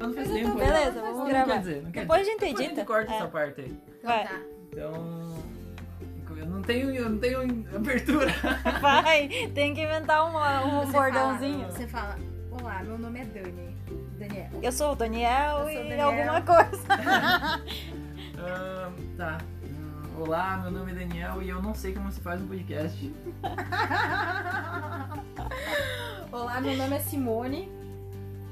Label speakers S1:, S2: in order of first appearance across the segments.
S1: um não
S2: então, gravar.
S1: quer dizer. Não quer
S2: Depois
S1: dizer. Depois a
S2: a gente
S1: gente
S2: edita.
S1: corta
S2: É.
S1: essa parte aí.
S2: Vai.
S3: Então tá.
S1: Então. Eu não tenho, eu não tenho abertura.
S2: Vai, tem que inventar uma- um
S3: Você
S2: bordãozinho.
S3: fala- Você fala, olá, meu nome é Dani. Daniel.
S2: Eu sou o Daniel
S3: Eu sou o
S2: e
S3: Daniel.
S2: alguma coisa.
S1: Ah, tá. Hum, Olá, meu nome é Daniel e eu não sei como se faz um podcast.
S3: Olá, meu nome é Simone,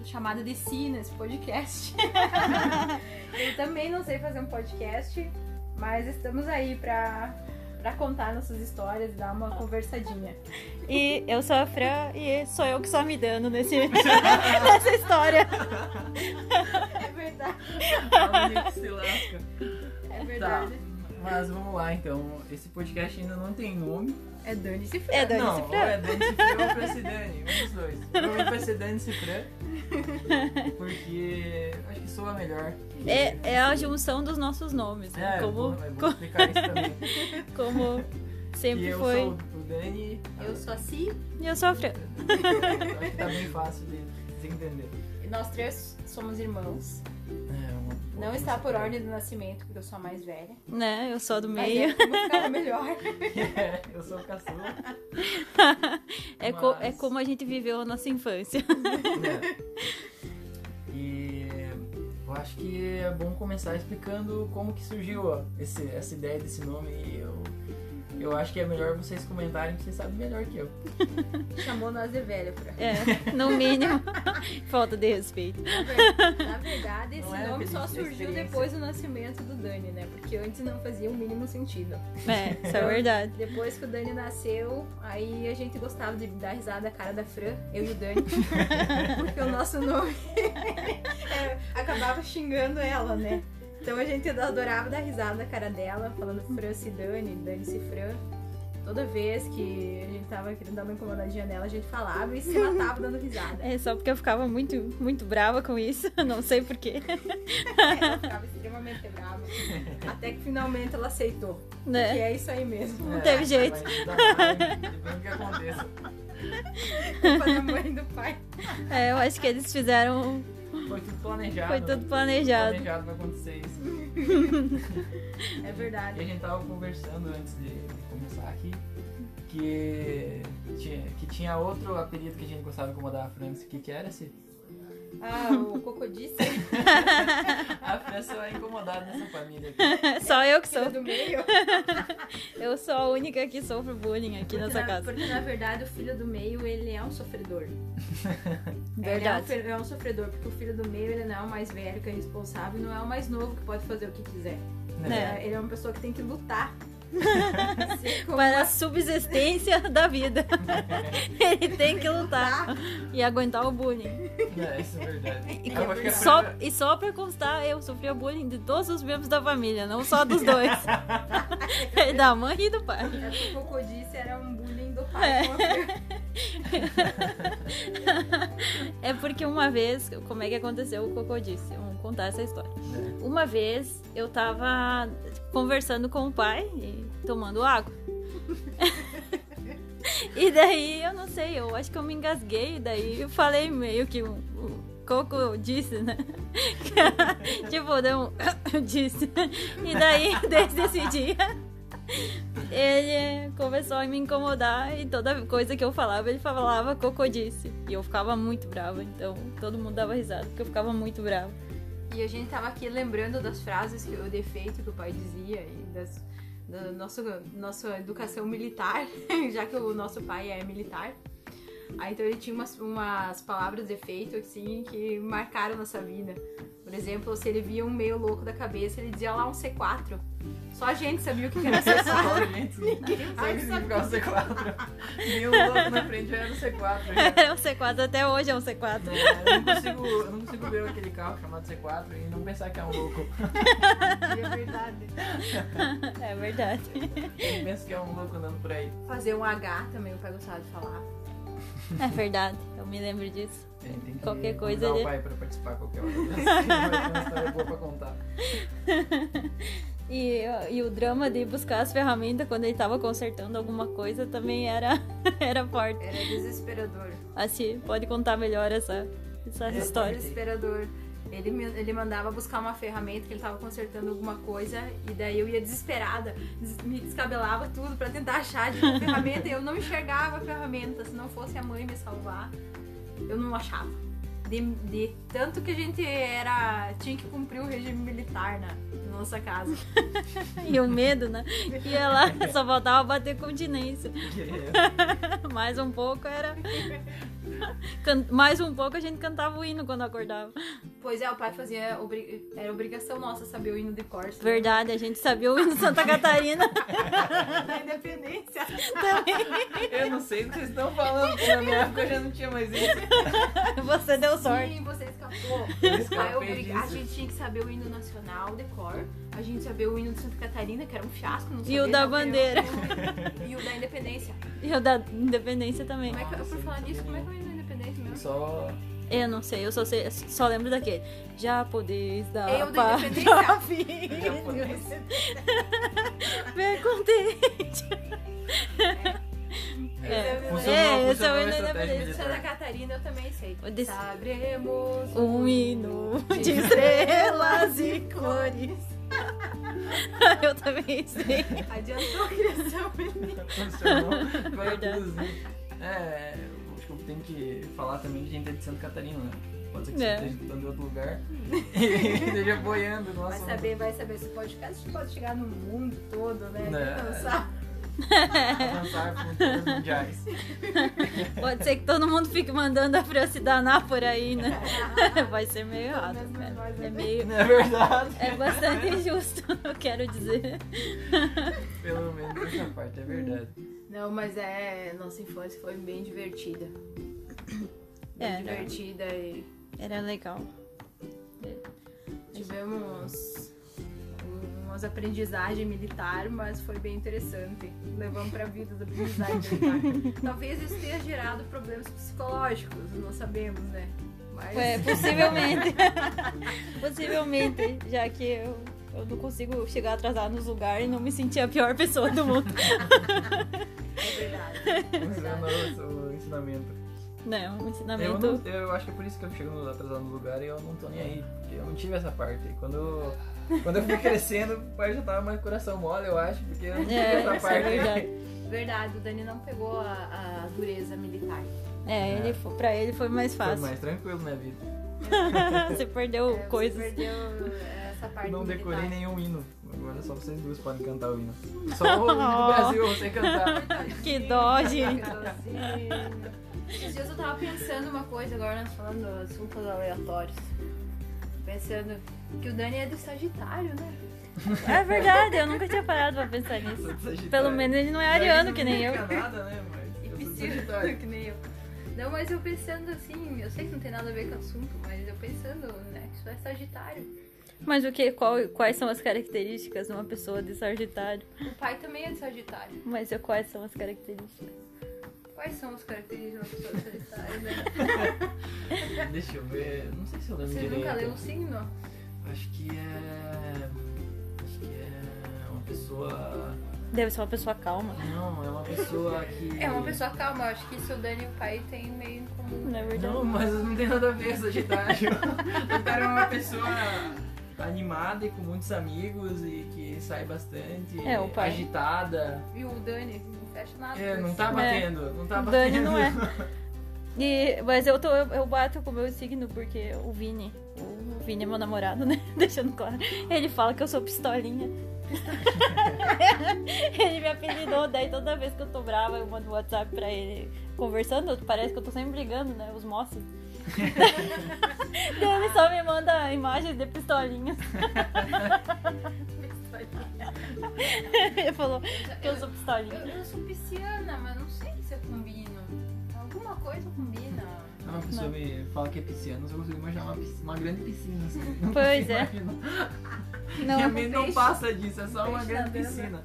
S3: chamada de Si nesse podcast. Eu também não sei fazer um podcast, mas estamos aí pra, pra contar nossas histórias e dar uma conversadinha.
S2: E eu sou a Fran e sou eu que só me dando nesse, nessa história.
S3: É verdade,
S1: Fala, gente, se lasca.
S3: é
S1: Tá.
S3: verdade.
S1: Mas vamos lá então. Esse podcast ainda não tem nome.
S3: É Dani se
S2: É Dani
S1: não,
S2: Cifrão.
S1: ou é Dani Cifrão ou Percy Dani. Um dos dois. Provavelmente vai ser Dani Cifrão. Porque acho que soa melhor.
S2: É, é a junção dos nossos nomes, né?
S1: É,
S2: como,
S1: vou, vou explicar isso também.
S2: como
S1: e
S2: sempre
S1: eu
S2: foi.
S1: sou o Dani.
S3: Eu sou a Si
S2: E eu sou a Fran.
S1: Acho que tá bem fácil de se entender.
S3: e nós três somos irmãos.
S1: É, uma-
S3: Não está por ordem do nascimento, porque eu sou a mais velha.
S2: Né? Eu sou a do
S3: Mas
S2: meio.
S3: é como ficava melhor.
S1: É, eu sou o caçula.
S2: É, co- é
S1: Mas-
S2: como a gente viveu a nossa infância.
S1: É. E eu acho que é bom começar explicando como que surgiu ó, esse- essa ideia desse nome e eu, eu acho que é melhor vocês comentarem que vocês sabem melhor que eu.
S3: Chamou nós de velha, Fran.
S2: É, no mínimo. Falta de respeito.
S3: Tá Na verdade, esse
S1: Não é
S3: nome só
S1: feliz, é
S3: surgiu
S1: experiência.
S3: depois do nascimento do Dani, né? Porque antes não fazia o mínimo sentido.
S2: É, isso é verdade.
S3: Depois que o Dani nasceu, aí a gente gostava de dar risada à cara da Fran, eu e o Dani. porque o nosso nome é, acabava xingando ela, né? Então a gente adorava dar risada à cara dela, falando Fran se Dani, Dani se Fran. Toda vez que a gente tava querendo dar uma incomodadinha nela, a gente falava e se matava dando risada.
S2: É só porque eu ficava muito, muito brava com isso. Não sei porquê.
S3: Ela ficava extremamente brava. Até que finalmente ela aceitou. Que
S2: Né?
S3: é isso aí mesmo.
S2: Não teve jeito.
S1: mas dá pra- depende do que aconteça.
S3: Culpa da mãe e do pai.
S2: É, eu acho que eles fizeram. um-
S1: Foi tudo planejado.
S2: Foi tudo planejado.
S1: Planejado pra acontecer isso.
S3: É
S1: E a
S3: verdade.
S1: gente tava conversando antes de de começar aqui que tinha, que tinha outro apelido que a gente gostava de incomodar a França. O que, que era esse?
S3: Ah, o cocodice
S1: A França é incomodada nessa família aqui.
S2: é Só eu que
S3: filho
S2: sou.
S3: é do meio.
S2: Eu sou a única que sofre bullying aqui
S3: Porque
S2: nessa
S3: na-
S2: casa.
S3: Porque na verdade o filho do meio ele é um sofredor. Ele é um,
S2: Verdade.
S3: fe- é um sofredor, porque o filho do meio ele não é o mais velho que é responsável, não é o mais novo que pode fazer o que quiser.
S1: né?
S2: É.
S3: Ele é uma pessoa que tem que lutar. Assim Se com-
S2: Para a subsistência da vida. Ele tem que lutar e aguentar o bullying.
S1: É, isso é verdade.
S2: E,
S1: Eu acho que é a
S2: só,
S1: primeira-
S2: e só pra constar, eu sofria bullying de todos os membros da família, não só dos dois. da mãe e do pai.
S3: É porque o cocodice era um bullying do pai. com a filha.
S2: É porque uma vez, como é que aconteceu o Cocô disse? Vamos contar essa história.
S1: É.
S2: Uma vez eu tava conversando com o pai e tomando água. e daí eu não sei, eu acho que eu me engasguei, daí eu falei meio que um. um Coco disse, né? tipo, deu um disse. E daí, desde esse dia, ele começou a me incomodar e toda coisa que eu falava, ele falava Coco disse. E eu ficava muito brava, então todo mundo dava risada, porque eu ficava muito brava.
S3: E a gente tava aqui lembrando das frases que o defeito que o pai dizia e das da nossa, nossa educação militar, já que o nosso pai é militar. Aí então ele tinha umas, umas palavras de efeito assim que marcaram nossa vida. Por exemplo, se ele via um meio louco da cabeça, ele dizia lá um C4. Só a gente sabia o que que era C4.
S1: Só, gente, ninguém sabe significar o C4. Meu louco na frente já era o C4. já.
S2: É um C4, até hoje é um C4.
S1: Eu não, consigo, eu não consigo ver aquele carro chamado C4 e não pensar que é um louco.
S3: é verdade.
S2: É verdade.
S1: Eu penso que é um louco andando por aí.
S3: Fazer um H também, o pai gostava de falar.
S2: É verdade, eu me lembro disso.
S1: A gente tem que
S2: Qualquer coisa
S1: convidar
S2: ele-
S1: o pai pra participar qualquer hora. Ele vai ter uma história boa pra contar.
S2: E, e o drama de buscar as ferramentas quando ele tava consertando alguma coisa também era, era forte.
S3: Era desesperador.
S2: Assim, pode contar melhor essa, essa
S1: É,
S2: história.
S3: Desesperador. Ele, me- ele mandava buscar uma ferramenta que ele tava consertando alguma coisa e daí eu ia desesperada, des- me descabelava tudo pra tentar achar de uma ferramenta e eu não enxergava a ferramenta. Se não fosse a mãe me salvar, eu não achava. De, de tanto que a gente era tinha que cumprir o regime militar na na nossa casa.
S2: E o medo, né? E ela só faltava bater continência. Mais um pouco era. Can- Mais um pouco a gente cantava o hino quando acordava.
S3: Pois é, o pai fazia. obri- Era obrigação nossa saber o hino de né? Corsa.
S2: Verdade, a gente sabia o hino de Santa Catarina
S3: Da independência.
S2: também.
S1: Eu não sei do que vocês estão falando, porque na minha época eu já não tinha mais isso.
S2: Você deu sorte.
S3: Sim, você escapou.
S1: Eu
S3: Aí
S1: escapei
S3: obri- A
S1: disso.
S3: gente tinha que saber o hino nacional de cor. A gente sabia o hino de Santa Catarina, que era um fiasco. Não
S2: E o
S3: sabia,
S2: da
S3: não sabia.
S2: bandeira.
S3: E o da independência.
S2: E o da independência também.
S3: Como é que, por falar disso, como é que é o hino da independência mesmo?
S1: Só.
S2: Eu não sei, eu só, sei, só lembro daquele. Já podeis dar
S3: Eu da
S2: paz
S3: independência.
S2: ao filho. Vem contente. É. É, esse é o hino da
S1: estratégia
S2: beleza.
S3: Santa
S1: militar.
S3: Catarina eu também sei.
S2: O desse-
S3: Sabremos.
S2: Um hino de estrelas e cores. Eu também sei.
S3: Adiantou a criação menina.
S1: Funcionou. Vai
S2: Verdade.
S1: produzir. É, eu acho que eu tenho que falar também que a gente é de Santa Catarina, né? Pode ser que
S2: É.
S1: você esteja escutando em outro lugar e esteja apoiando o
S3: Vai
S1: nosso.
S3: saber, vai saber. Esse podcast pode chegar no mundo todo, né?
S1: Né.
S3: Não sabe.
S1: avançar fronteiras mundiais.
S2: Pode ser que todo mundo fique mandando a pra se danar por aí, né? Vai ser meio errado. né? É meio.
S1: Não é verdade?
S2: É bastante injusto, eu quero dizer.
S1: Pelo menos essa parte é verdade.
S3: Não, mas é. Nossa infância foi bem divertida. Bem
S2: Era.
S3: divertida e
S2: Era legal.
S3: tivemos umas aprendizagens militar, mas foi bem interessante. Levamos pra vida da aprendizagem militar. Talvez isso tenha gerado problemas psicológicos, não sabemos, né? Mas
S2: É, possivelmente. possivelmente, já que eu, eu não consigo chegar atrasada nos lugares e não me sentir a pior pessoa do mundo.
S3: é verdade.
S1: Funcionou o- o ensinamento.
S2: Não, um
S1: Eu,
S2: ensinamento.
S1: não, eu acho que é por isso que eu chego atrasado no lugar e eu não tô nem aí, porque eu não tive essa parte. Quando, eu- quando eu fui crescendo, o pai já tava mais coração mole, eu acho, porque eu não tive
S2: É,
S1: essa
S2: isso é
S1: parte.
S2: verdade.
S3: Verdade, o Dani não pegou a, a dureza militar.
S2: É, ele, fo- pra ele foi mais
S1: Foi
S2: fácil.
S1: mais tranquilo na vida.
S2: Você perdeu
S3: É, você
S2: coisas.
S3: perdeu essa parte
S1: Não
S3: militar.
S1: decorei nenhum hino. Agora só vocês duas podem cantar o hino. Só o hino
S2: Oh.
S1: do Brasil, eu sei cantar.
S2: Que dó, gente.
S3: Carolzinha. Esses dias eu tava pensando uma coisa, agora nós falando assuntos aleatórios. Pensando que o Dani é do Sagitário, né?
S2: É verdade, eu nunca tinha parado pra pensar nisso.
S1: Sou de Sagitário.
S2: Pelo menos ele não é
S1: Não
S2: ariano que nem eu.
S1: significa Nada, né, mas
S3: E
S1: eu sou de
S3: pisciano,
S1: Sagitário.
S3: que nem eu. Não, mas eu pensando assim, eu sei que não tem nada a ver com o assunto, mas eu pensando, né, que isso é Sagitário.
S2: Mas o que? Qual- quais são as características de uma pessoa de Sagitário?
S3: O pai também é de Sagitário.
S2: Mas eu- quais são as características?
S3: Quais são as características de uma pessoa de Sagitário, né?
S1: Deixa eu ver. Não sei se eu lembro
S3: Você
S1: direito.
S3: nunca leu o signo?
S1: Acho que é. Acho que é uma pessoa.
S2: Deve ser uma pessoa calma,
S1: Não, é uma pessoa que.
S3: É uma pessoa calma, acho que isso o Dani e o pai tem meio em comum.
S2: não é verdade?
S1: Não, mas não tem nada a ver, Sagitário. o cara é uma pessoa animada e com muitos amigos e que sai bastante.
S2: É, o pai.
S1: Agitada.
S3: E o Dani não fecha nada.
S1: É,
S3: com
S1: não
S3: isso.
S1: tá batendo. Não tá
S2: O
S1: batendo.
S2: Dani não é. E- mas eu, tô, eu, eu bato com o meu signo porque o Vini, o Vini é meu namorado, né? Deixando claro. Ele fala que eu sou pistolinha. ele me apelidou, daí toda vez que eu tô brava eu mando um WhatsApp pra ele conversando. Parece que eu tô sempre brigando, né? Os moços. daí ele só me manda imagens de pistolinhas.
S3: tá.
S2: ele falou que eu sou
S3: Eu,
S2: pistolinha.
S3: eu sou pisciana, mas não sei se eu combino. Alguma coisa combina.
S1: Uma pessoa
S2: Não.
S1: me fala que é pisciano, só consigo imaginar uma, piscina, uma grande piscina. Assim. Não
S2: Pois
S1: consigo
S2: é.
S1: imaginar.
S2: Não,
S1: Minha mente não
S3: peixe.
S1: passa disso, é só uma
S3: Peixe
S1: grande
S3: nadando.
S1: piscina.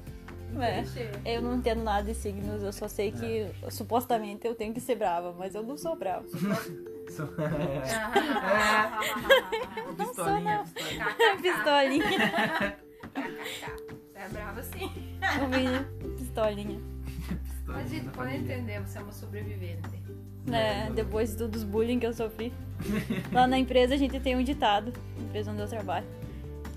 S2: é.
S3: Peixe.
S2: Eu não entendo nada de signos, eu só sei que supostamente eu tenho que ser brava, mas eu não sou brava.
S1: Só-
S2: não sou,
S1: é pistolinha,
S2: não.
S1: pistolinha.
S3: Kkk.
S2: Pistolinha.
S3: Você é brava sim.
S2: Eu vim pistolinha.
S3: Mas
S1: pistolinha
S3: gente,
S1: da
S3: quando
S1: família.
S3: entender, você é uma sobrevivente.
S2: né, depois de tudo os bullying que eu sofri. Lá na empresa a gente tem um ditado, na empresa onde eu trabalho,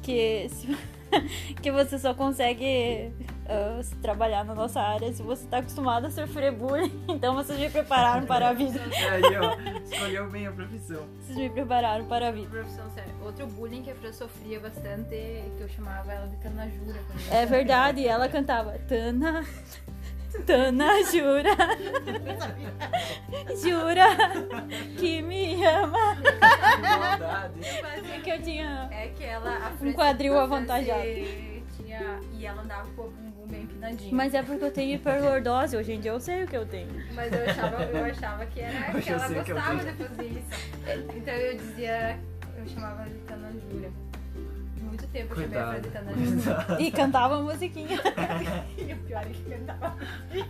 S2: que, se- que você só consegue ah, se trabalhar na nossa área se você tá acostumado a sofrer bullying. Então vocês me prepararam para a vida.
S1: Aí, ó, escolheu bem a profissão.
S2: Vocês me prepararam para a vida.
S3: Profissão séria. Outro bullying que a Fran sofria bastante, que eu chamava ela de canajura. quando eu
S2: É verdade, e ela cantava Tana. Tana, jura, jura que me ama.
S1: Maldade.
S3: fazia.
S2: Que eu tinha.
S3: É que ela... A Fran
S2: Um quadril
S3: sempre
S2: avantajado.
S3: Tinha, e ela andava com o bumbum bem empinadinho.
S2: Mas é porque eu tenho hiperlordose, hoje em dia eu sei o que eu tenho.
S3: Mas eu achava, eu achava que era
S1: Hoje
S3: que
S1: eu
S3: ela
S1: sei que eu
S3: gostava
S1: tenho.
S3: de fazer isso. Então eu dizia, eu chamava de cananjura. Muito tempo eu chamei ela
S1: Cuidado.
S3: de cananjura.
S1: Cuidado.
S2: E cantava musiquinha.
S3: E o pior é que cantava.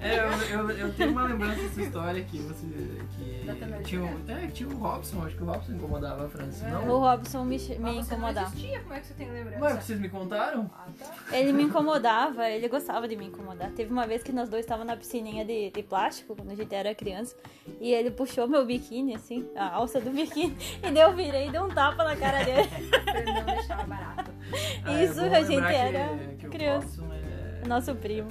S1: É, eu, eu, eu tenho uma lembrança dessa história que você. Que
S3: Da Tamanduá.
S1: tinha, um, é, tinha o Robson, acho que o Robson incomodava a França,
S2: É. O
S1: não?
S2: Robson me, me
S3: Mas você não
S2: incomodava.
S3: existia, como é que você tem lembrança?
S1: Ué, vocês me contaram?
S3: Ah, tá.
S2: Ele me incomodava, ele gostava de me incomodar. Teve uma vez que nós dois estávamos na piscininha de, de plástico, quando a gente era criança, e ele puxou meu biquíni, assim, a alça do biquíni, e daí eu virei e dei um tapa na cara dele.
S3: Pra não deixar barato.
S1: é
S2: Isso,
S1: bom
S2: a gente
S1: lembrar que-
S2: era
S1: que o
S2: criança.
S1: Robson é-
S2: Nosso primo.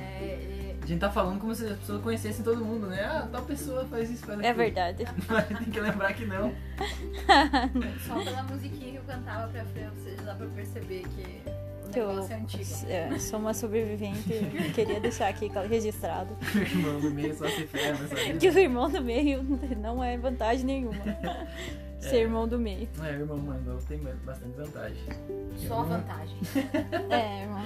S3: É,
S1: A gente tá falando como se as pessoas conhecessem todo mundo, né? Ah, tal pessoa faz isso, faz
S2: É
S1: aquilo.
S2: verdade.
S1: Mas tem que lembrar que não.
S3: e só pela musiquinha que eu cantava pra frente, seja dá pra perceber que o
S2: Que eu
S3: negócio é antigo.
S2: é, sou uma sobrevivente e queria deixar aqui registrado
S1: Meu irmão do meio só se ferra nessa vida.
S2: que o irmão do meio não é vantagem nenhuma. Ser
S1: É.
S2: irmão do meio.
S1: É, irmão, mano, tem bastante vantagem.
S3: Só
S1: Eu não-
S3: vantagem.
S2: É, irmão.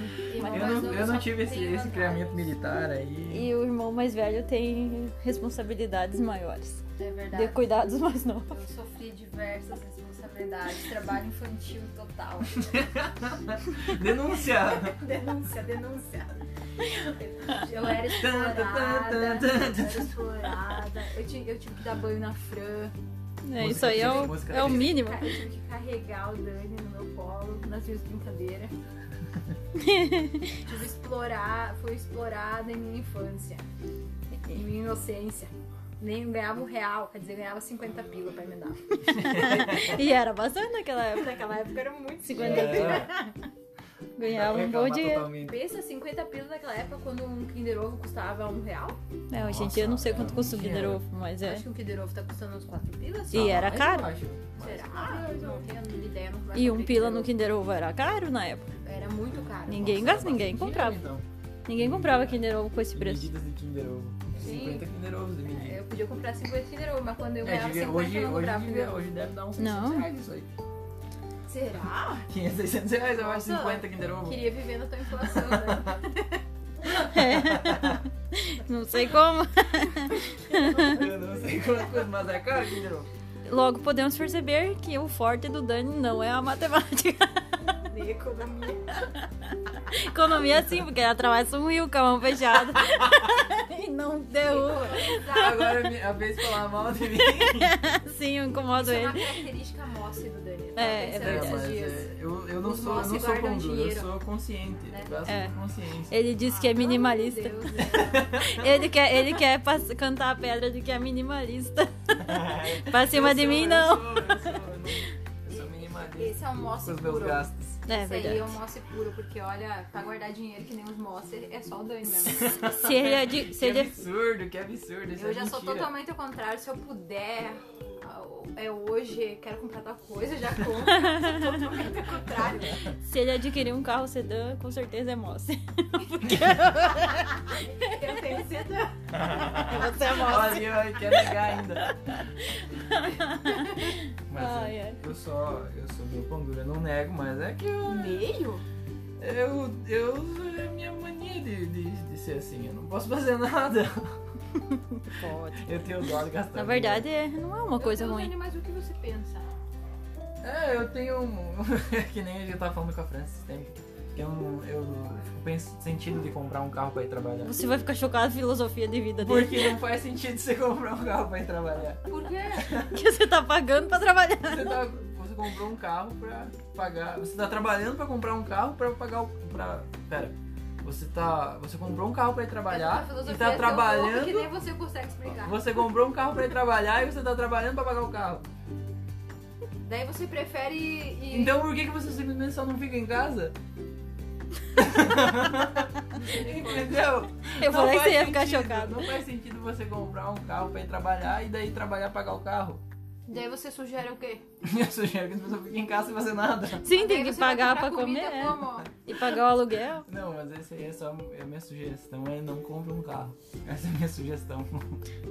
S1: Eu não, eu não tive esse, esse criamento militar aí.
S2: E o irmão mais velho tem responsabilidades maiores.
S3: É verdade.
S2: De cuidados mais novos.
S3: Eu sofri diversas responsabilidades, trabalho infantil total.
S1: Denúncia!
S3: Denúncia, denúncia. Eu era explorada, eu era explorada. Eu tive, eu tive que dar banho na Fran,
S2: É,
S1: Música
S2: isso aí é o,
S1: triste, música
S2: é o
S1: triste.
S2: mínimo.
S3: eu tive que carregar o Dani no meu colo, nas minhas brincadeiras. tive explorar, fui explorada em minha infância, em minha inocência. Nem ganhava um real, quer dizer, ganhava 50 pila pra emendar.
S2: E era bastante naquela época.
S3: Naquela época era muito
S2: 50
S1: É,
S2: Ganhava um bom
S1: acabar
S2: dinheiro.
S1: totalmente.
S3: Pensa, 50 pila naquela época, quando um Kinder Ovo custava um real.
S2: É, hoje em dia eu não sei
S1: Nossa,
S2: quanto
S1: é um
S2: custa o Kinder
S1: dinheiro.
S2: Ovo, mas é.
S3: Acho que um Kinder Ovo tá custando uns 4 pilas.
S2: E era
S1: Ah, Mas
S2: caro.
S1: eu acho. Mas-
S3: Será? Ah, Eu não tenho ideia. Não
S2: E um pila no Kinder Ovo era caro na época.
S3: Era muito caro.
S2: Ninguém
S1: Nossa,
S2: gasta, ninguém
S1: bastante
S2: comprava.
S1: dinheiro, então.
S2: Ninguém comprava Kinder Ovo com esse
S1: Em
S2: preço. É,
S1: Medidas de Kinder Ovo.
S3: Sim.
S1: 50 Kinder Ovos de medida.
S3: Eu podia comprar 50 Kinder Ovo, mas quando eu
S1: É,
S3: ganhava
S1: devia-
S3: 50
S1: hoje,
S3: eu não
S1: hoje,
S3: comprava
S1: devia-
S3: Kinder Ovo.
S1: hoje deve dar uns
S2: Não.
S1: 600 reais isso aí.
S3: Será?
S1: 500, 600 reais, eu acho,
S3: Nossa,
S1: 50 Kinder Ovo.
S3: Queria viver na tua inflação, né?
S2: Não sei como.
S1: Eu não sei quantas coisas, mas é caro Kinder Ovo.
S2: Logo podemos perceber que o forte do Dani não é a matemática.
S3: Nem economia.
S2: Economia sim, porque ela atravessa um rio com a mão fechada. e não derruba.
S1: Agora me- a vez de falar mal de mim.
S2: Sim, eu incomodo
S3: Isso é uma
S2: ele.
S3: característica mosse do Dani.
S2: É, é
S1: É,
S2: verdade.
S1: mas
S3: Esses dias.
S1: é, eu, eu não
S3: Os
S1: sou, eu não
S3: nossos
S1: sou
S3: guardam
S1: pão duro, eu
S3: dinheiro.
S1: sou consciente.
S3: Né?
S1: Eu gasto
S2: É.
S1: com consciência.
S2: Ele diz que é
S3: Ah, pelo amor de
S2: minimalista.
S3: Deus, né?
S2: Ele quer, ele quer pass- cantar a pedra de que é minimalista. pra cima
S1: Eu
S2: de
S1: sou-
S2: mim,
S1: eu
S2: não.
S1: sou- eu sou- eu não- Eu sou minimalista
S3: Esse é o
S1: com
S3: mosse
S1: os meus
S3: puro.
S1: gastos.
S2: É
S3: Isso aí é o
S2: verdade.
S3: mosse puro, porque olha, pra guardar dinheiro que nem os mosse é só o Dani mesmo.
S2: Se ele, é de- se
S1: Que
S2: ele,
S1: absurdo, que absurdo. Isso
S3: Eu
S1: é
S3: já sou
S1: mentira.
S3: totalmente ao contrário. Se eu puder, é hoje, quero comprar tal coisa, já compro. Eu sou totalmente ao contrário.
S2: se ele adquirir um carro sedã, com certeza é moça.
S3: Eu tenho sedã.
S2: Você é moça.
S1: Olha, eu quero negar ainda. Mas
S2: Ai,
S1: é,
S2: ai.
S1: eu só, eu sou meio pão duro, eu não nego, mas é que eu,
S3: Meio?
S1: eu, eu é minha mania de, de, de ser assim, eu não posso fazer nada.
S2: Pode.
S1: Eu tenho dó de gastar.
S2: Na verdade, é- não é uma coisa
S3: eu
S2: ruim.
S3: Mas o que você pensa?
S1: dinheiro. É, eu tenho um... que nem a gente tava falando com a Francis tempo. que Eu, não- eu fico penso sentido de comprar um carro pra ir trabalhar.
S2: Você vai ficar chocado com a filosofia de vida dele.
S1: Porque não faz sentido você comprar um carro pra ir trabalhar.
S3: Por quê?
S2: Que você tá pagando pra trabalhar.
S1: Você, tá, você comprou um carro pra pagar. Você tá trabalhando pra comprar um carro pra pagar o. Pra, pera. Você tá, você comprou um carro pra ir trabalhar
S3: Essa filosofia
S1: e
S3: é
S1: tá
S3: tão louca Que
S1: trabalhando.
S3: nem você consegue explicar.
S1: Você comprou um carro pra ir trabalhar e você tá trabalhando pra pagar o carro.
S3: Daí você prefere ir.
S1: Então por que que você simplesmente só não fica em casa? Entendeu?
S2: Eu
S1: Não
S2: falei que
S1: faz
S2: você ia ficar
S1: sentido,
S2: chocado.
S1: Não faz sentido você comprar um carro pra ir trabalhar e daí trabalhar pagar o carro.
S3: Daí você sugere o quê?
S1: Eu sugiro que as pessoas fiquem em casa sem fazer nada.
S2: Sim,
S3: Daí
S2: tem que
S3: você vai
S2: pagar pra
S3: comprar
S2: comer
S3: comida
S2: é.
S3: como, ó?
S2: e pagar o aluguel.
S1: Não, mas essa aí é só a minha sugestão, é não compre um carro. Essa é a minha sugestão.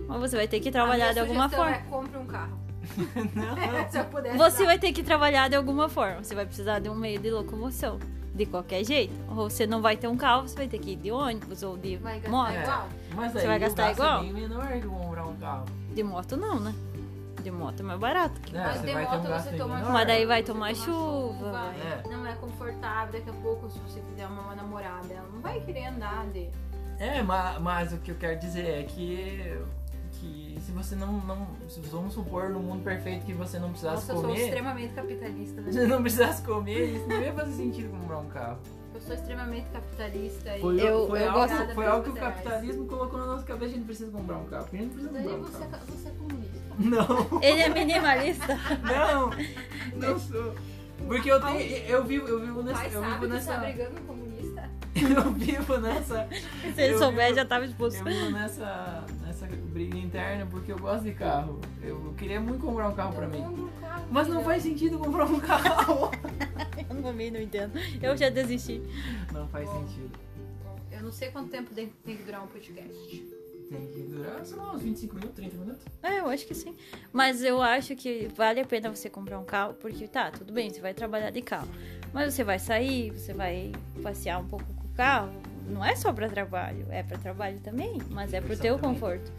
S2: Mas você vai ter que
S3: A
S2: trabalhar
S3: minha
S2: de alguma
S3: sugestão
S2: forma.
S3: É, compre um carro.
S1: Não.
S3: Se eu pudesse.
S2: Você vai ter que trabalhar de alguma forma. Você vai precisar de um meio de locomoção. De qualquer jeito. Ou você não vai ter um carro, você vai ter que ir de ônibus ou de
S3: Vai gastar
S2: moto.
S3: Ah, igual.
S1: É. Mas
S2: Você
S1: aí
S2: vai
S1: o
S2: gastar
S1: gasto
S2: igual?
S1: é bem menor que comprar um carro.
S2: De moto não, né? De moto é mais barato.
S1: Né?
S3: Mas
S1: você
S3: de
S1: vai ter um
S3: moto
S1: gasto
S3: você toma
S1: menor.
S2: Mas daí vai
S3: você
S2: tomar chuva,
S1: vai- É.
S3: Não é confortável. Daqui a pouco, se você quiser uma namorada, ela não vai querer andar de.
S1: É, mas, mas o que eu quero dizer é que que se você não não se vamos supor no mundo perfeito que você não precisasse
S3: Nossa, eu sou
S1: comer,
S3: extremamente capitalista, né?
S1: se não precisasse comer, isso não ia fazer sentido comprar um carro.
S3: Eu sou extremamente capitalista e.
S1: Foi,
S2: Eu-
S1: foi
S2: eu
S1: algo,
S3: gosto-
S1: foi algo que o
S3: Obrigada pelos
S1: capitalismo colocou na nossa cabeça, a gente precisa comprar um carro. porque A gente precisa
S3: Daí
S1: comprar um
S3: você,
S1: carro.
S3: você é comunista.
S1: Não.
S2: Ele é minimalista.
S1: Não, não sou. Porque eu tenho. Eu vivo, eu vivo nessa.
S3: Pai
S1: Eu
S3: sabe
S1: vivo
S3: que tá
S1: nessa.
S3: brigando com comunista?
S1: Eu vivo nessa.
S2: Se ele
S1: Eu
S2: souber,
S1: vivo-
S2: já tava expulso.
S1: Eu vivo nessa. nessa briga interna porque eu gosto de carro. Eu queria muito comprar um carro pra mim.
S3: tá
S1: Mas não faz sentido comprar um carro.
S2: Eu não me não entendo. Eu já desisti.
S1: Não faz sentido.
S3: Eu não sei quanto tempo tem, tem que durar um podcast.
S1: Tem que durar, sei lá, uns 25 minutos, 30 minutos.
S2: É, eu acho que sim. Mas eu acho que vale a pena você comprar um carro, porque tá, tudo bem, você vai trabalhar de carro. Mas você vai sair, você vai passear um pouco com o carro. Não é só pra trabalho, é pra trabalho também, mas é pro
S1: diversão
S2: teu
S1: também.
S2: conforto.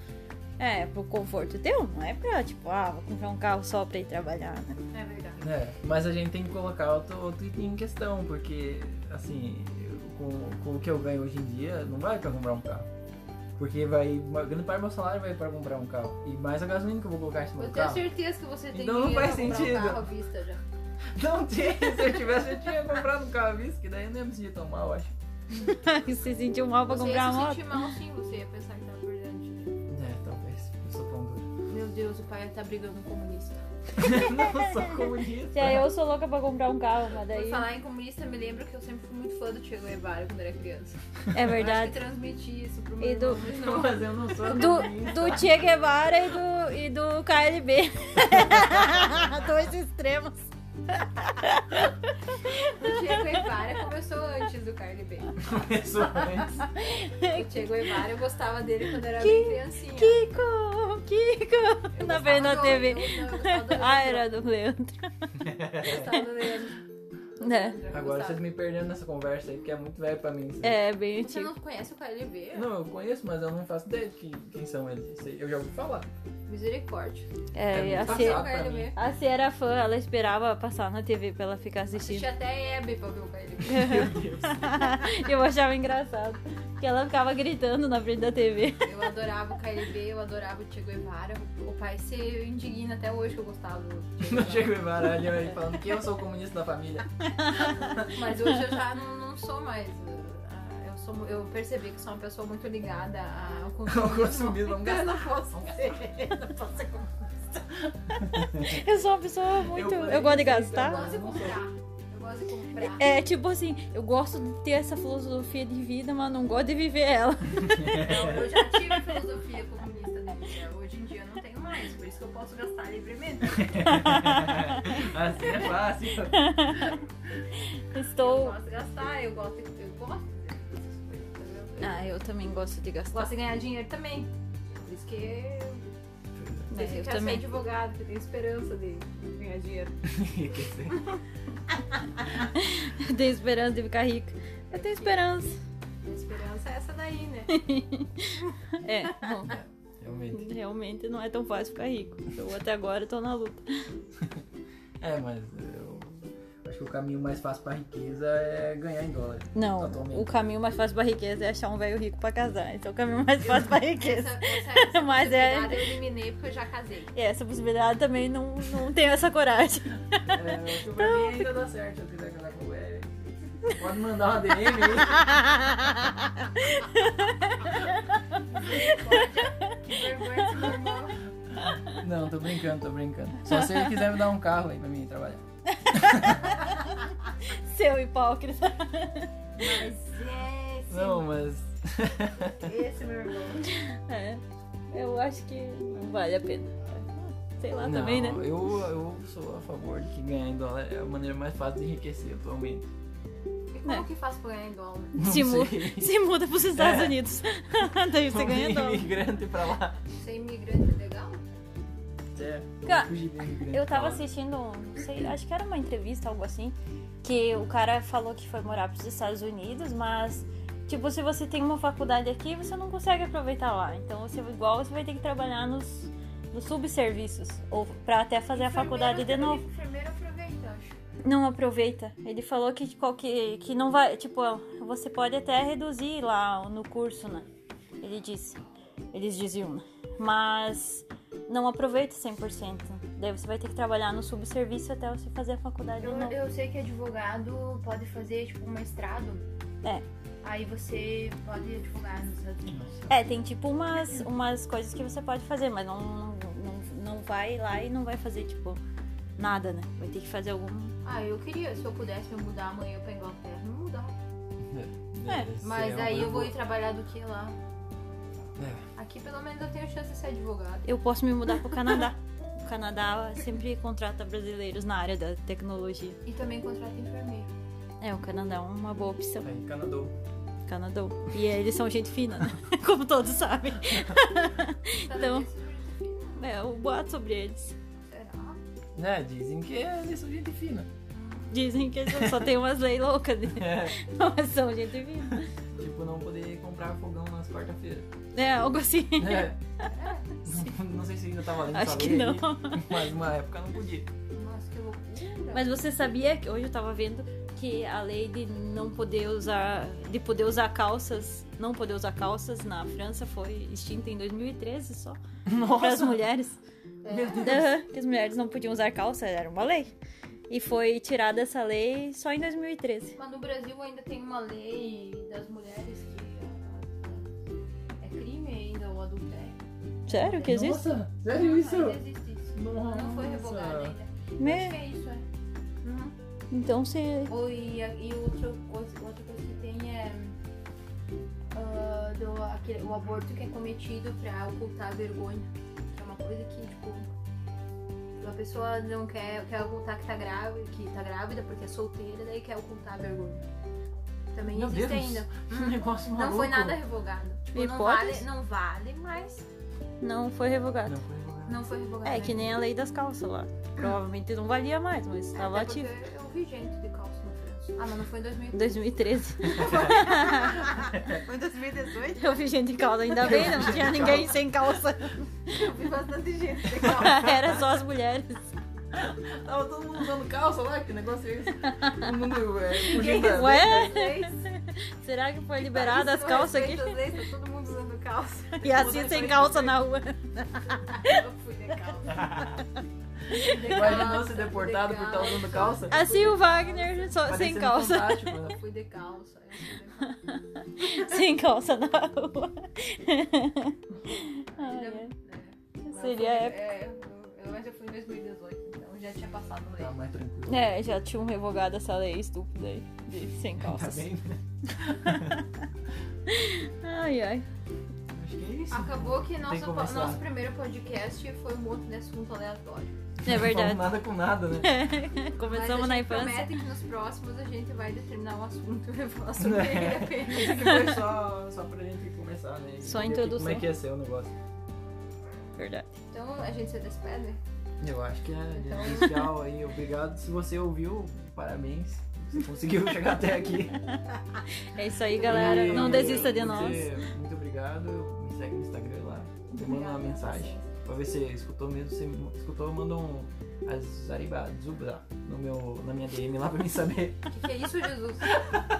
S2: É, pro conforto teu, não é pra, tipo, ah, vou comprar um carro só pra ir trabalhar, né?
S3: É verdade.
S1: É, mas a gente tem que colocar outro, outro item em questão, porque, assim, eu- com, com o que eu ganho hoje em dia, não vai pra comprar um carro. Porque vai, uma grande parte do meu salário vai pra comprar um carro. E mais a gasolina que eu vou colocar em cima
S3: Eu
S1: do
S3: tenho
S1: carro.
S3: certeza que você tem
S1: Então não
S3: dinheiro
S1: faz
S3: pra comprar
S1: sentido.
S3: um carro à vista já.
S1: Não tinha, se eu tivesse, eu tinha comprado um carro à vista, que daí eu não ia me sentir tão mal, eu acho.
S2: você sentiu mal pra
S3: você
S2: comprar
S3: ia
S2: uma moto?
S3: se sentir mal sim, você ia pensar que tava perdendo dinheiro.
S1: É, talvez. Eu sou pão duro.
S3: Meu Deus, o pai tá brigando com comunista.
S1: não sou comunista.
S2: Se eu sou louca pra comprar um carro, mas
S3: Por
S2: daí.
S3: falar em comunista, me lembro que eu sempre fui muito fã do Che Guevara quando era criança.
S2: É
S3: Eu acho
S2: verdade.
S3: que transmiti isso pro meu
S2: E do-
S3: irmão, mas não.
S1: Mas eu não sou
S2: Do,
S1: comunista.
S2: do Che Guevara e do, e do KLB. Dois extremos.
S3: O Che Guevara começou antes do Carly B.
S1: Começou antes.
S3: O Che Guevara, eu gostava dele quando era bem criancinha.
S2: Kiko! Kiko!
S3: Eu
S2: Na
S3: gostava
S2: frente da
S3: do-
S2: TV.
S3: eu- eu gostava do
S2: Ah,
S3: Leandro.
S2: era do Leandro.
S3: Eu gostava do Leandro.
S2: Né?
S3: Eu
S1: Agora
S3: gostava.
S1: vocês me perderam nessa conversa aí, porque é muito velho pra mim. isso aí.
S2: É, bem
S3: Você
S2: antigo.
S3: não conhece o KLB?
S1: Não, eu conheço, mas eu não faço ideia de quem, quem são eles. Isso aí Eu já ouvi falar.
S3: Misericórdia.
S2: É,
S1: É
S2: a
S1: muito
S2: Cia-
S1: passado pra mim.
S2: a Cia era fã, ela esperava passar na TV pra ela ficar
S3: Assisti
S2: assistindo.
S3: até Hebe pra ver o KLB.
S1: Meu Deus.
S2: Eu achava engraçado. Porque ela ficava gritando na frente da TV.
S3: Eu adorava o KLB, eu adorava o Che Guevara. O pai se indigna até hoje que eu gostava do Che
S1: Não
S3: Guevara.
S1: chego em baralho aí falando que eu sou o comunista da família.
S3: Mas hoje eu já não, não sou mais. ah, Eu, sou, eu percebi que sou uma pessoa muito ligada ao consumismo.
S1: consumismo, vamos
S3: Então,
S1: gastar.
S3: eu não posso ser. Não posso ser comunista.
S2: Eu sou uma pessoa muito.
S1: falei
S2: Eu gosto de
S1: isso aí,
S3: Eu
S2: gastar.
S3: gosto de comprar. Eu gosto de comprar.
S2: É tipo assim, eu gosto de ter essa filosofia de vida, mas não gosto de viver ela.
S3: Não, eu já tive filosofia comunista da vida. Hoje em dia eu não tenho mais, por isso que eu posso gastar livremente.
S1: assim é fácil.
S3: Eu
S2: Estou.
S3: gosto de gastar, eu gosto, eu gosto dessas coisas, entendeu? Eu
S2: Ah, eu também gosto de gastar.
S3: gosto de ganhar dinheiro também. Por isso que eu, por
S2: É, eu
S3: isso que eu quero ser
S2: também.
S3: advogado, porque eu tenho esperança de ganhar dinheiro.
S2: Eu tenho esperança de ficar rica. Eu tenho esperança.
S3: Minha esperança é essa daí, né?
S2: É, bom,
S1: Realmente.
S2: realmente não é tão fácil ficar rico. Eu até agora tô na luta.
S1: É, mas eu acho que o caminho mais fácil pra riqueza é ganhar em dólar.
S2: Não,
S1: Totalmente.
S2: o caminho mais fácil pra riqueza é achar um velho rico pra casar. Esse é o caminho mais fácil pra riqueza.
S3: Essa, essa, essa
S2: Mas é-
S3: possibilidade eu eliminei porque eu já casei.
S2: E essa possibilidade também não, não tenho essa coragem.
S1: É, eu acho que pra mim ainda dá certo. Se eu quiser casar com o Eric, se Pode mandar uma DM aí.
S3: Que vergonha esse meu irmão.
S1: Não, tô brincando, tô brincando. Só se ele quiser me dar um carro aí pra mim trabalhar.
S2: Seu hipócrita.
S3: Mas é esse,
S1: Não, mas.
S3: esse meu irmão.
S2: É, eu acho que não vale a pena. Sei lá
S1: Não,
S2: também, né?
S1: eu, eu sou a favor de que ganhar em dólar é a maneira mais fácil de enriquecer atualmente.
S3: E
S2: Né?
S3: como que faz pra ganhar em dólar?
S1: Não
S2: se, mu-
S1: sei.
S2: se muda pros Estados
S1: É.
S2: Unidos. Daí você
S1: Como
S2: ganha dólar.
S1: imigrante pra lá.
S3: Ser imigrante é legal?
S1: É, eu
S2: Cara,
S1: fugi do imigrante
S2: Eu
S1: pra
S2: tava assim.
S1: lá.
S2: assistindo, não sei, acho que era uma entrevista, algo assim, que o cara falou que foi morar pros Estados Unidos, mas, tipo, se você tem uma faculdade aqui, você não consegue aproveitar lá. Então, você, igual, você vai ter que trabalhar nos, nos subserviços, ou pra até fazer a faculdade de novo.
S3: Enfermeiro aproveita, acho.
S2: Não aproveita. Ele falou que, qual- que, que não vai. Tipo, você pode até reduzir lá no curso, né? Ele disse. Eles diziam, né? Mas não aproveita 100%. Daí você vai ter que trabalhar no subserviço até você fazer a faculdade de
S4: Eu,
S2: novo.
S4: eu sei que advogado pode fazer, tipo, um mestrado.
S2: É.
S4: Aí você pode advogar nos Estados Unidos.
S2: É, tem tipo umas, umas coisas que você pode fazer, mas não, não, não, não vai lá e não vai fazer, tipo, nada, né? Vai ter que fazer algum.
S3: Ah, eu queria, se eu pudesse me mudar amanhã pra Inglaterra, me mudar.
S2: É,
S1: Deve ser
S3: Mas
S1: uma coisa
S3: aí eu vou
S1: boa.
S3: ir trabalhar do que lá?
S1: É,
S3: Aqui pelo menos eu tenho chance de ser advogada.
S2: Eu posso me mudar pro Canadá. O Canadá sempre contrata brasileiros na área da tecnologia.
S3: E também contrato enfermeiro.
S2: É, o Canadá é uma boa opção.
S1: aí, Canadá.
S2: Canadá. E eles são gente fina, né? Como todos sabem. Então- É, o boato sobre eles.
S3: Será?
S1: Né, dizem que eles são gente fina.
S2: Dizem que eles só têm umas leis loucas, né?
S1: É,
S2: Mas são gente fina.
S1: tipo, não poder comprar fogão nas quarta-feiras.
S2: É, algo assim.
S1: É. Não, não sei se ainda tá valendo
S2: Acho
S1: essa
S2: que
S1: lei
S2: não.
S1: aí, mas uma época não podia.
S3: Nossa, que loucura.
S2: Mas você sabia que hoje eu tava vendo que a lei de não poder usar. de poder usar calças. não poder usar calças na França foi extinta em 2013 só. Para as mulheres.
S3: É.
S1: Meu Deus.
S2: Aham, que as mulheres não podiam usar calça, era uma lei. E foi tirada essa lei só em 2013.
S3: Mas no Brasil ainda tem uma lei das mulheres que ah, é crime ainda o adultério.
S2: Sério que existe?
S1: Nossa, sério isso?
S3: Ainda existe isso.
S1: Nossa.
S3: Não foi revogada ainda. Acho
S2: Me-
S3: que é isso, é. Uhum.
S2: Então se.
S3: Ou e, a- e outra, coisa, outra coisa que tem é ah, do- aquele- o aborto que é cometido pra ocultar a vergonha. Que é uma coisa que, tipo, a pessoa não quer, quer ocultar que tá grávida, que tá grávida porque é solteira, daí quer ocultar a vergonha. Também
S1: Meu
S3: existe
S1: Deus,
S3: ainda.
S1: que negócio maluco.
S3: Não foi nada revogado. Tipo, não
S2: Hipótese?
S3: vale, não vale, mas
S2: Não foi revogado.
S1: Não foi revogado.
S3: não foi revogado.
S2: É que nem a lei das calças lá. Provavelmente não valia mais, mas tá
S3: Até
S2: estava
S3: É, porque
S2: ativa.
S3: Eu vi gente de calça na França. Ah, mas não foi em 2013.
S2: 2013.
S3: Foi em 2018?
S2: Eu vi gente em calça, ainda bem, não tinha ninguém sem calça.
S3: Eu vi bastante gente de calça.
S2: Era só as mulheres.
S1: Tava todo mundo usando calça lá, que negócio é esse? Todo mundo é, fugindo da-
S2: Ué?
S3: Leis.
S2: Será que foi liberada as
S3: Isso,
S2: calças aqui?
S3: respeito às leis, tá todo mundo usando calça.
S2: E assim sem calça na rua.
S3: Eu fui de calça. De
S1: Imagina
S3: calça,
S1: ser é deportado
S3: de
S1: por estar usando calça.
S2: Assim o Wagner só sem
S1: Parecendo
S2: calça.
S1: fantástico, né?
S3: Eu fui de calça. eu fui de calça.
S2: Sem calça na rua. Ai, ai.
S3: É.
S2: Ah, Seria
S3: Eu
S2: épico.
S3: fui- É, eu- eu- mas eu fui em 2018, então já tinha passado a lei.
S1: Tá mais tranquilo.
S2: É, já tinham revogado essa lei estúpida aí, de sem
S1: Tá
S2: calças.
S1: bem? né?
S2: ai, ai.
S1: Acho que é isso.
S3: Acabou que
S1: Tem
S3: nosso,
S1: que começar.
S3: nosso primeiro podcast foi um monte de assunto
S2: É
S3: aleatório.
S1: Não falamos
S2: verdade. É.
S1: nada com nada, né?
S2: Começamos
S3: Mas a
S2: na
S3: gente
S2: infância.
S3: Prometem que nos próximos a gente vai determinar um assunto e vai falar sobre
S1: É.
S3: ele apenas.
S1: Isso aqui foi só, só pra gente começar, né?
S2: Só a
S1: Entender
S2: introdução.
S1: Como é que ia ser o negócio?
S2: Verdade.
S3: Então a gente se despede.
S1: Eu acho que é,
S3: Então-
S1: é especial aí. Obrigado. Se você ouviu, parabéns. Você conseguiu chegar até aqui.
S2: É isso aí, galera.
S1: E
S2: Não desista de
S1: você-
S2: nós.
S1: Muito obrigado. Me segue no Instagram lá. Me manda
S3: Obrigada
S1: uma
S3: a
S1: mensagem.
S3: vocês.
S1: pra ver se você escutou mesmo. Se escutou, manda um azariba, zubra no meu, na minha DM lá pra mim saber.
S3: O que, que é isso, Jesus?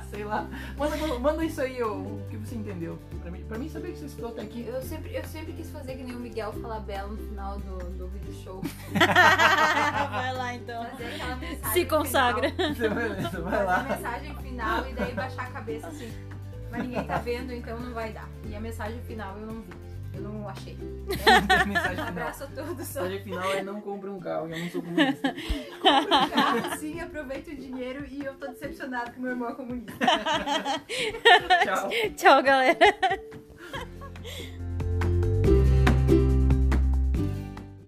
S1: Sei lá. Manda, manda isso aí, ô, o que você entendeu. Pra mim, pra mim saber que você escutou até aqui.
S3: Eu sempre, eu sempre quis fazer que nem o Miguel falar belo no final do, do vídeo show.
S2: Vai lá então.
S3: Fazer aquela mensagem.
S2: Se consagra.
S3: Final,
S1: Você vai, você vai
S3: fazer a
S1: lá.
S3: mensagem final e daí baixar a cabeça assim. Mas ninguém tá vendo, então não vai dar. E a mensagem final eu não vi. Eu não achei. Um
S1: Mensagem final.
S3: abraço a todos.
S1: A mensagem final é não compre um carro, eu não sou comunista.
S3: Carro, sim, aproveita o dinheiro e eu tô decepcionado que meu irmão é comunista.
S1: Tchau.
S2: Tchau, galera.